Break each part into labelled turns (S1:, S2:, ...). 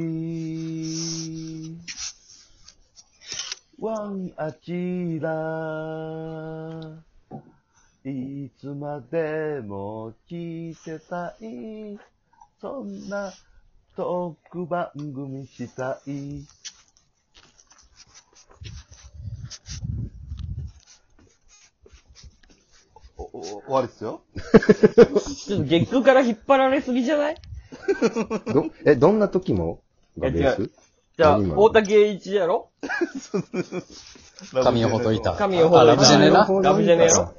S1: 4MC。ワンアキラ。いつまでも聞いてたい。そんなトーク番組したい。おお終わりっすよ。
S2: ちょっと月空から引っ張られすぎじゃない
S3: ど、え、どんな時もがベース
S2: じゃあ、
S3: 何今の
S2: 大竹栄一やろ
S4: 神をほといた。
S2: 神をほどいた
S4: あラブジェネな。
S2: ラブジェネやろ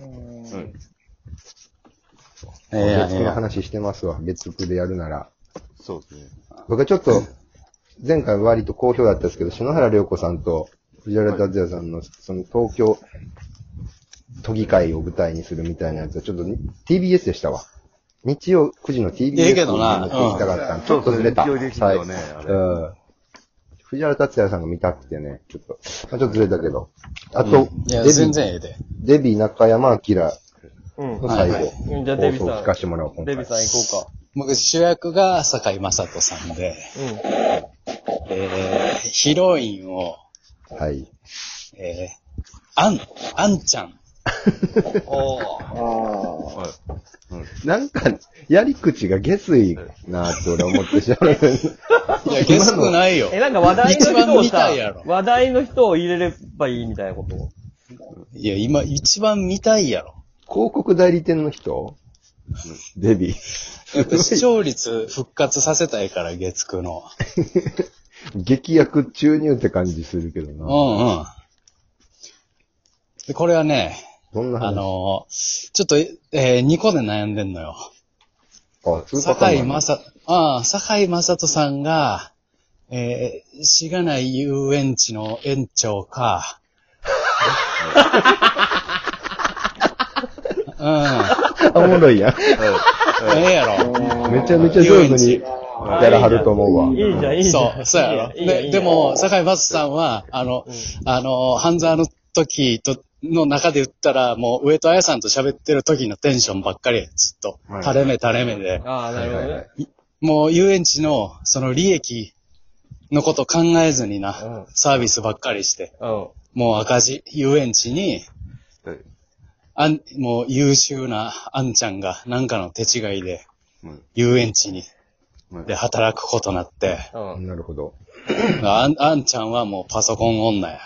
S4: ええやん
S3: 月
S4: え
S3: 9
S4: え
S3: の
S4: やん
S3: 話してますわ。月9でやるなら。
S1: そうですね。
S3: 僕はちょっと、前回割と好評だったんですけど、篠原涼子さんと藤原達也さんの、その東京都議会を舞台にするみたいなやつは、ちょっとに TBS でしたわ。日曜9時の TBS
S4: ええけどな
S3: に行きたかった、ちょっとずれた。
S1: そうそう日曜劇場ね
S3: はい
S1: あれ
S3: うん。藤原達也さんが見たくてね、ちょっと、まあ、ちょっとずれたけど。あと、
S4: い
S3: デ
S4: や、
S3: ビ
S4: 全然ええで。
S3: デビー中山明の
S2: うん。
S3: 最
S4: はい
S3: 後、
S2: うんじゃあ、デビ
S3: 放送を
S2: さ
S3: 聞か
S2: ん
S3: せ。てもらおう、今
S2: デ
S3: 回
S2: ビさん行こ
S4: 僕、主役が坂井正人さんで、
S2: うか。
S4: えー、ヒロインを、
S3: はい。
S4: えー、あん、あんちゃん。お
S3: なんか、やり口が下水なって俺思ってしまう。
S4: いや、ゲスくないよ
S2: うん。え、。なんか話題の
S4: 一
S2: 人
S4: 番
S2: を
S4: 見
S2: さ
S4: たいやろ、
S2: 話題の人を入れればいいみたいなこと。
S4: いや、今、一番見たいやろ。
S3: 広告代理店の人デビ
S4: だって視聴率復活させたいから、月9の。
S3: 劇薬注入って感じするけど
S4: う
S3: な。
S4: んうん。で、これはね、
S3: どんな話
S4: あ、のーちょっと、えー、2個で悩んでんのよ。
S3: あ、そういうパタ
S4: 坂井
S3: ーンもある
S4: 正、ああ、坂井正人さんが、えー、しがない遊園地の園長か。 うん。
S3: あおもろいやん。
S4: ええやろ。
S3: めちゃめちゃ上手にやらはると思うわ。
S2: いいじゃん、いいじゃ
S4: そ
S2: ん。
S4: う、そうやろ。
S2: いいんいいん
S4: ででも、坂井正人さんは、あの、あの、半沢の時と、の中で言ったら、もう、上戸彩さんと喋ってる時のテンションばっかりや、ずっと。
S3: はい
S4: 垂れ目垂れ目で。
S2: ああ、なるほど
S3: はいはいは
S2: ね
S3: い。
S4: もう遊園地の、その利益のこと考えずにな、サービスばっかりして、
S2: うん。
S4: もう赤字、遊園地に、
S1: はい。
S4: あん、もう優秀なあんちゃんがなんかの手違いで
S1: うん、
S4: 遊園地に
S1: うん、
S4: で働くことになって、
S2: うん。
S3: なるほど。
S4: あん、あんちゃんはもうパソコン女や。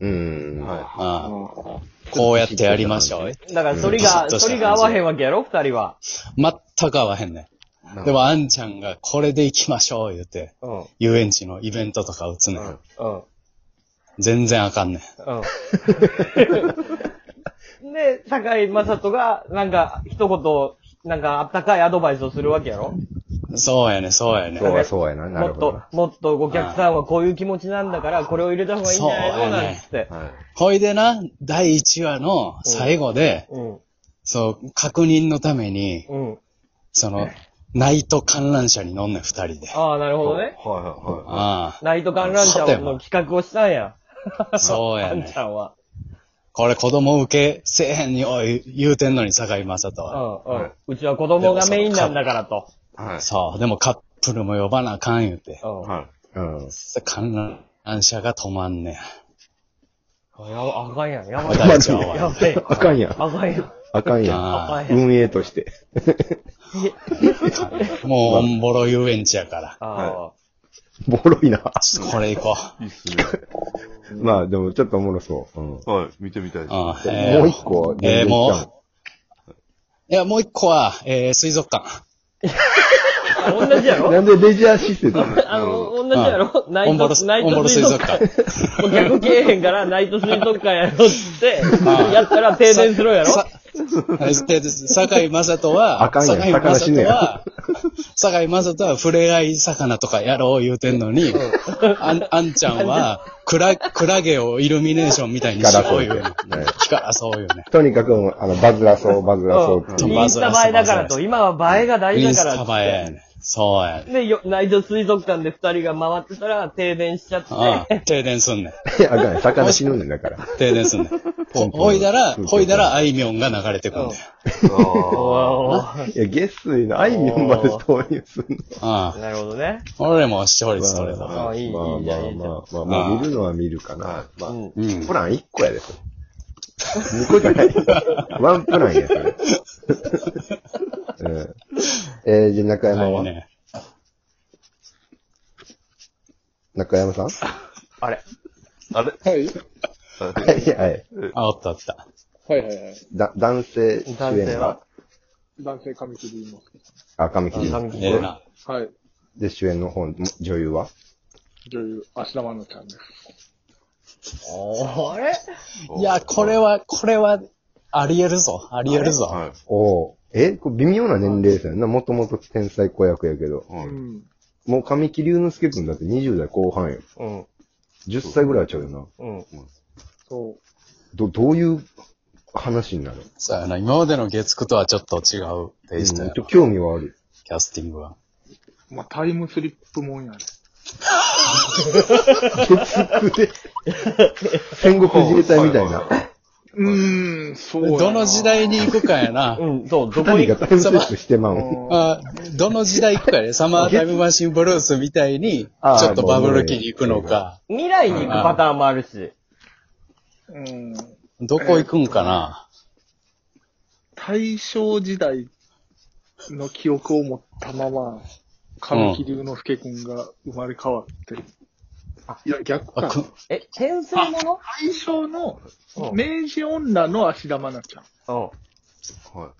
S3: うーん。
S1: は
S4: ああこうやってやりましょう。
S2: だから、鳥が、
S4: うん
S2: 鳥が合わへんわけやろ、二人は。
S4: 全く合わへんねん。でもあんちゃんがこれで行きましょう言うて、
S2: うん。うん。
S4: 遊園地のイベントとか打つね
S2: う
S4: ん。
S2: ん。
S4: 全然あかんねん。
S2: で、坂井正人が、なんか、一言、なんか、あったかいアドバイスをするわけやろ
S4: そうやね、そうやね。
S3: そうや、そうやな。な
S2: も
S3: る
S2: っ
S3: ほど
S2: と
S3: な。、
S2: もっとお客さんはこういう気持ちなんだから、これを入れた方がいいんじゃない
S4: そう
S2: の
S4: やね
S2: なんつって
S1: い。。はい。
S4: ほいでな、第1話の最後で、
S2: うん。
S4: そう、確認のために、
S2: うん。
S4: その、ナイト観覧車に乗んねん、二人で。あ
S2: ああ、なるほどね。
S1: はいはいはい。
S4: あ、
S2: ナイト観覧車の企画をしたんや。
S4: そうや
S2: あん
S4: ね
S2: ち。ゃんは。
S4: これ子供受けせえへんよ、言うてんのに、坂井正人
S2: う
S4: は。
S2: ん、うん。うちは子供がメインなんだからと。
S1: はい。
S4: そう、でもカップルも呼ばなあかん言うて。
S2: うん。
S1: は
S3: うん。
S4: 観覧車が止まんねん。
S2: あやあかんやん。やばい。
S4: 第1話
S2: や
S4: は。
S2: べえ。
S3: あかんやん。
S2: あかんやん。
S3: あかんや
S2: あか
S4: あ
S2: ん
S3: ん。
S2: やん。
S3: 運営として。
S4: あもう、おんぼろ遊園地やから。
S2: あ
S3: ボロいな。
S4: ちょっとこれ行こう。
S1: い。いいっすね。
S3: まあ、でもちょっとおもろそう。うん。
S1: はい。見てみたいです。
S4: うんえー
S3: もう一個、
S4: えー、
S3: 全然
S4: も
S3: ち
S4: う
S3: ゃん。
S4: いや、もう一個は、えー、水族館。
S2: あ。同じやろ
S3: なんでレジャー施設
S2: あの、同じやろナ
S4: オ
S2: イ
S4: ンボロ
S2: ト、ナイト水
S4: 水
S2: 族
S4: 族
S2: 館。
S4: 館。
S2: お客来えへんから、ナイト水族館やろっつって、やったら停電するやろ
S4: ささで坂井正人は、
S3: あかんやん
S4: 坂井
S3: 魚死
S4: 正
S3: ぬ
S4: 人
S3: やん
S4: は、坂井正人は触れ合い魚とかやろう言うてんのに、あんあんちゃ んは、クラ、クラゲをイルミネーションみたいにしよう言うねん
S3: 光らそう言うね。
S4: 光らそう言うねん。
S3: とにかく、あの、バズらそう、バズらそうっていう
S2: インスタ映えだからと、今は映えが大
S4: イ
S2: 事
S4: ン
S2: だ
S4: ス
S2: からっつって。
S4: タ映えやねん。そうやね。
S2: で、よ内城水族館で二人が回ってたら停電しちゃって、
S4: ああ、停電すんねん。
S3: い や、あかん。魚死ぬねんだから。
S4: 停電す んねん。ほほいだら、ほいだら、あいみょんが流れてくんねん。
S2: お
S3: いや、月水のあいみょんまで投入すんの。
S4: あ
S2: ー
S4: あ。
S2: なるほどね。
S4: 俺も視聴率取れた。
S2: あいい
S3: まあ
S2: いいじゃんいいじゃん
S3: まあまあまあ、まあ、
S4: ああ
S3: 見るのは見るかな。まあ、
S2: うん。
S4: うん
S3: プ。ラン1個やで、それ。2個じゃない。ワンプランや、それ。うん。えー、じゃあ中山
S4: は
S3: はい
S4: ね。
S3: 中山さん
S1: あれあれ
S5: はい。
S3: はい、はい。
S4: あ、おったおった。
S5: はいはいはい。
S3: だ、男性主演
S1: 男性
S3: が
S1: は、
S5: 男性神木隆之介。
S3: 赤身切り。
S2: 髪切
S4: ええな。
S5: はい。
S3: で、主演の方、女優は
S5: 女優、芦田愛菜ちゃんです。
S2: おーあれ
S4: いや、これは、これは、あり得るぞ。あり得るぞ。
S1: は
S3: おーえこれ微妙な年齢ですよね。もともと天才子役やけど。
S1: い。は
S5: う
S1: い。
S5: ん。
S3: もう神木隆之介くんだって20代後半よ。
S2: うん。
S3: 10歳ぐらいちゃうよな。
S2: うん。
S5: そ
S3: ど、どういう話になる
S4: そうやな。今までの月9とはちょっと違うテイスト
S3: う
S4: や
S3: んちょ
S4: な。
S3: 興味はある。
S4: キャスティングは。
S5: う。まあ、タイムスリップもんやね。
S3: 月九で、戦国自衛隊みたいな。
S5: うーん、そうやな
S4: どの時代に行くかやな。
S2: うん、そう、どこ
S3: 何
S2: に
S3: が、タイムスリップしてま
S5: う
S3: うん。
S4: あどの時代行くかやね。サマータイムマシンブルースみたいに、ち
S3: ああ
S4: ょっとバブル期に行くのか、
S2: 未来に行くパターンもあるし。
S5: ん。うん。
S4: どこ行くんかな。
S5: 大正時代の記憶を持ったまま、神木隆之介くんが生まれ変わって。いや、逆
S4: あ
S5: か。
S4: く
S2: え、転生もの
S5: 大正の
S2: うん
S5: 明治女の芦田愛菜ちゃ
S2: うん。
S1: は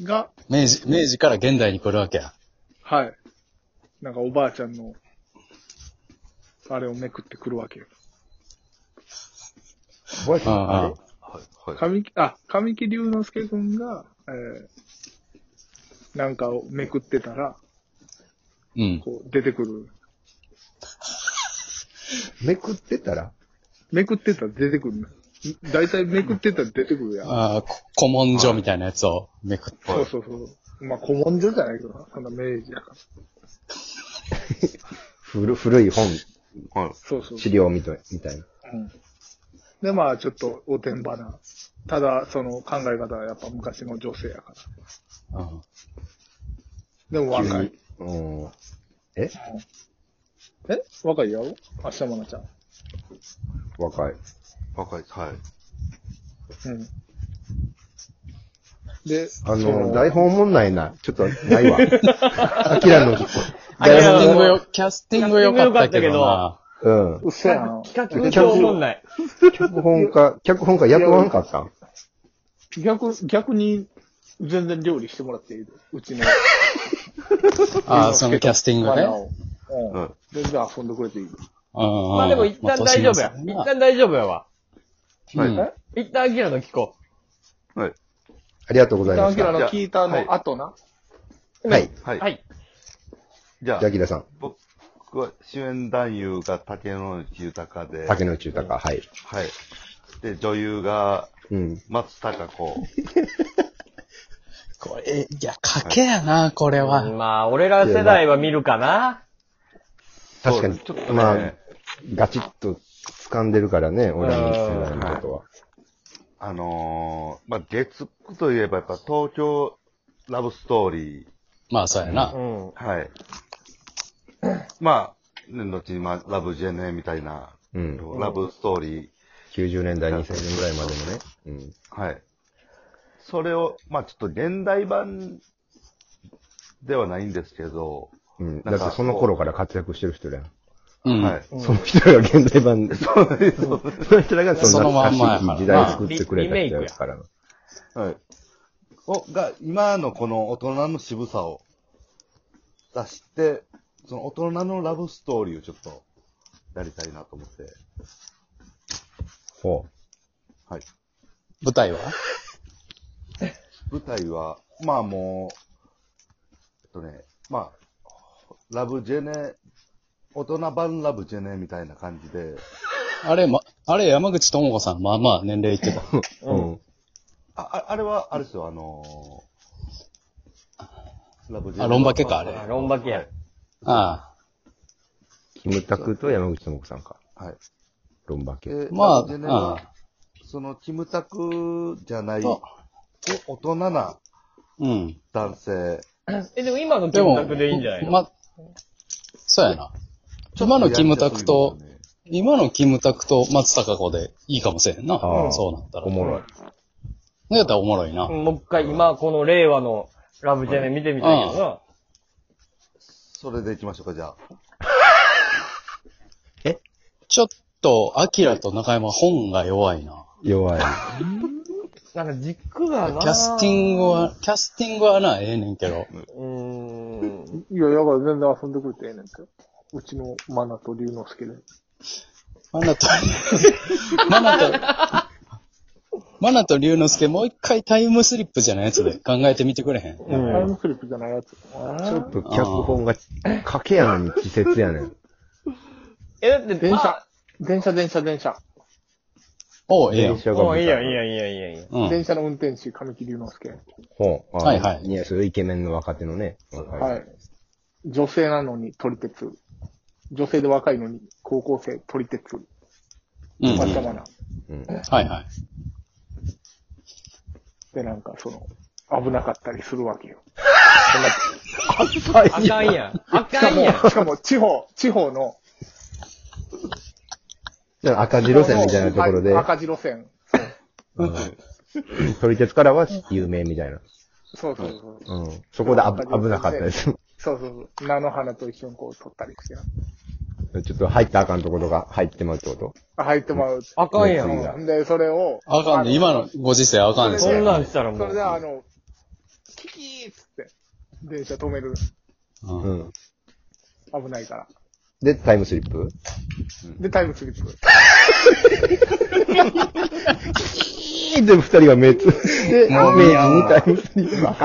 S5: んが、
S4: 明治、明治から現代に来るわけや。
S5: はい。なんかおばあちゃんの、あれをめくってくるわけよ。
S3: 覚えて
S4: う
S3: る
S4: んうん。
S1: い。はい。
S5: 神木、あ、神木隆之介くんが、えー、なんかをめくってたら、
S4: うん。
S5: こう出てくる。
S3: めくってたら
S5: めくってたら出てくるの。だいたいめくってたら出てくるやん。
S4: あこ古文書みたいなやつをめくっ
S5: そうそうそう。まあ、古文書じゃないけどな。そんな明治やから。
S3: 古古い本、
S1: はい。
S5: そうそう
S3: 資料みたいみたいな。
S5: うんで、まあ、ちょっとおてんばな。ただ、その考え方はやっぱ昔の女性やから。
S4: うん
S5: でも若い。
S3: うん。え
S5: え若いやろ明日もなちゃん。
S3: 若い。
S1: 若い。はい。
S5: うん。
S3: あ
S5: で、そ
S3: の、台本もんないな。ちょっと、ないわ。 アキラの、
S4: キャスティング
S2: よ
S4: よ、キャスティング良かったけどな。
S3: うん。
S5: 嘘やな。
S2: 企画上問題。
S3: 脚本家、脚本家雇わんかったん
S5: 逆、逆に、全然料理してもらっていいうちの。
S4: ああ、そのキャスティングね。
S5: を。う
S1: うんん。
S5: 全然遊んでくれていい。
S4: ま
S2: まあでも一旦大丈夫や。一旦大丈夫やわ。
S4: うん
S5: え
S2: 一旦アキラの聞こ
S1: はい。
S3: ありがとうござい
S5: ア
S3: ま
S5: キ
S3: し
S5: ラ
S3: た。
S5: の聞いた
S1: はい
S5: の後な。
S2: う。
S3: はい。
S1: は。
S2: はいい。
S1: じゃあ
S3: じゃあ、、アキラさん。
S1: 僕は主演男優が竹野内豊で、
S3: 竹野内豊。はい。
S1: はい。で、女優が
S3: うん。
S1: 松たか子。
S4: これ、いや、賭けやな、これは。
S2: まあ、俺ら世代は見るかな。
S3: 確かに、
S1: そうちょっとね
S3: まあ、ガチッと掴んでるからね、俺の世代のことは。
S1: あのー、まあ、月9といえばやっぱ東京ラブストーリー。
S4: まあ、そうやな
S2: う。ん。
S1: はい。まあ、ね後に、まあ、ラブジェネみたいな、
S3: うん。
S1: ラブストーリー。
S3: 90年代、2000年ぐらいまでのね。うん。
S1: はい。それを、まあ、ちょっと現代版ではないんですけど、
S3: うん。
S1: なんか
S3: だってその頃から活躍してる人やん。
S4: うん。
S1: はい。
S3: その人らが現代版、 その人らがそ
S4: その
S3: の
S4: まんまや
S3: 懐かし
S4: から
S3: い時代作ってくれた人やからの。
S1: はい。を、が、今のこの大人の渋さを出して、その大人のラブストーリーをちょっとやりたいなと思って。
S3: ほ
S1: はい。
S4: 舞台は
S1: 舞台は、まあもう、えっとね、まあ、ラブジェネ、大人版ラブジェネみたいな感じで、
S4: あれ、ま、あれ、山口智子さん、まあまあ、年齢いってた。
S3: う。うん。
S1: あ、ああれは、あれですよ、あのー砂子
S4: あ、ロンバケか、あれ。
S2: ロンバケや。
S4: あ
S3: キムタクと山口智子さんか。
S1: はい。
S3: ロンバケ。
S1: で
S4: あ。ま
S1: ジェネ
S4: あ、
S1: はその、キムタクじゃない、
S4: あ
S1: お大人な
S4: うん。うん。
S1: 男性。
S2: え、でも今の
S4: で
S2: 金
S4: も
S2: 額でいいんじゃない、の
S4: ま、そうやな。今のキムタクと、今のキムタクと松高子でいいかもしれんな。
S3: ああ
S4: そうなったら。
S3: おもろい。
S4: そうやったらおもろいな。
S2: もう一回今この令和のラブジェネ見てみたいけどな。
S1: それで行きましょうか、じゃあ。
S4: ちょっと、アキラと中山本が弱いな。
S3: 弱い。
S2: なんか軸がな。
S4: キャスティングは、キャスティングはな、ええねんけど。
S2: うーん。
S5: いや、だから全然遊んでくれてええねんて。うちのマナと龍之介で。
S4: マナと、 マナと、マナと龍之介もう一回タイムスリップじゃないやつで考えてみてくれへん。
S5: タイムスリップじゃないやつ。
S3: ちょっと脚本が、かけやのに季節やねん。
S2: え、だって、
S5: 電
S2: ま
S5: 車
S2: あ、。
S5: 電車、電車、電車。
S4: おう、ええやん
S3: 電。車が
S2: もう
S3: 舞
S2: いい
S3: 台
S2: やんいいやんいいやんいいやんいいやん。
S4: うん。
S5: 電車の運転手、神木隆之介。
S3: ほう。
S4: はいはい
S3: いや、それイケメンの若手のね。
S5: はい。女性なのに撮り鉄。女性で若いのに高校生撮り鉄。
S4: うん、うん。
S5: ま
S4: は
S5: たまな。
S3: うん。
S4: いはい。
S5: で、なんかその、危なかったりするわけよ。
S2: あかんやん。あかんやん。
S5: しかも地方、地方の。
S3: じゃあ赤字路線みたいなところで
S5: はい、赤字路線。
S3: 撮り鉄からは有名みたいな。
S5: そうそうそう。
S3: うん。そこであぶ危なかったです。
S5: そうそうそう。菜の花と一緒にこう撮ったりしてな。
S3: ちょっと入ったらあかんところが入ってまうってこと
S5: あ入ってもらう。
S2: あかんや
S3: うん
S2: ん。
S5: で、それを。
S4: あかんね。今のご時世あかんね。
S2: そんなんしたらも
S5: それで、
S2: う。
S5: あの、キキーっつって、電車止める。
S4: う
S3: うんん。
S5: 危ないから。
S3: で、タイムスリップ
S5: で、タイムスリップ。
S3: で、二人が目つ、で、明治にタイムスリップ。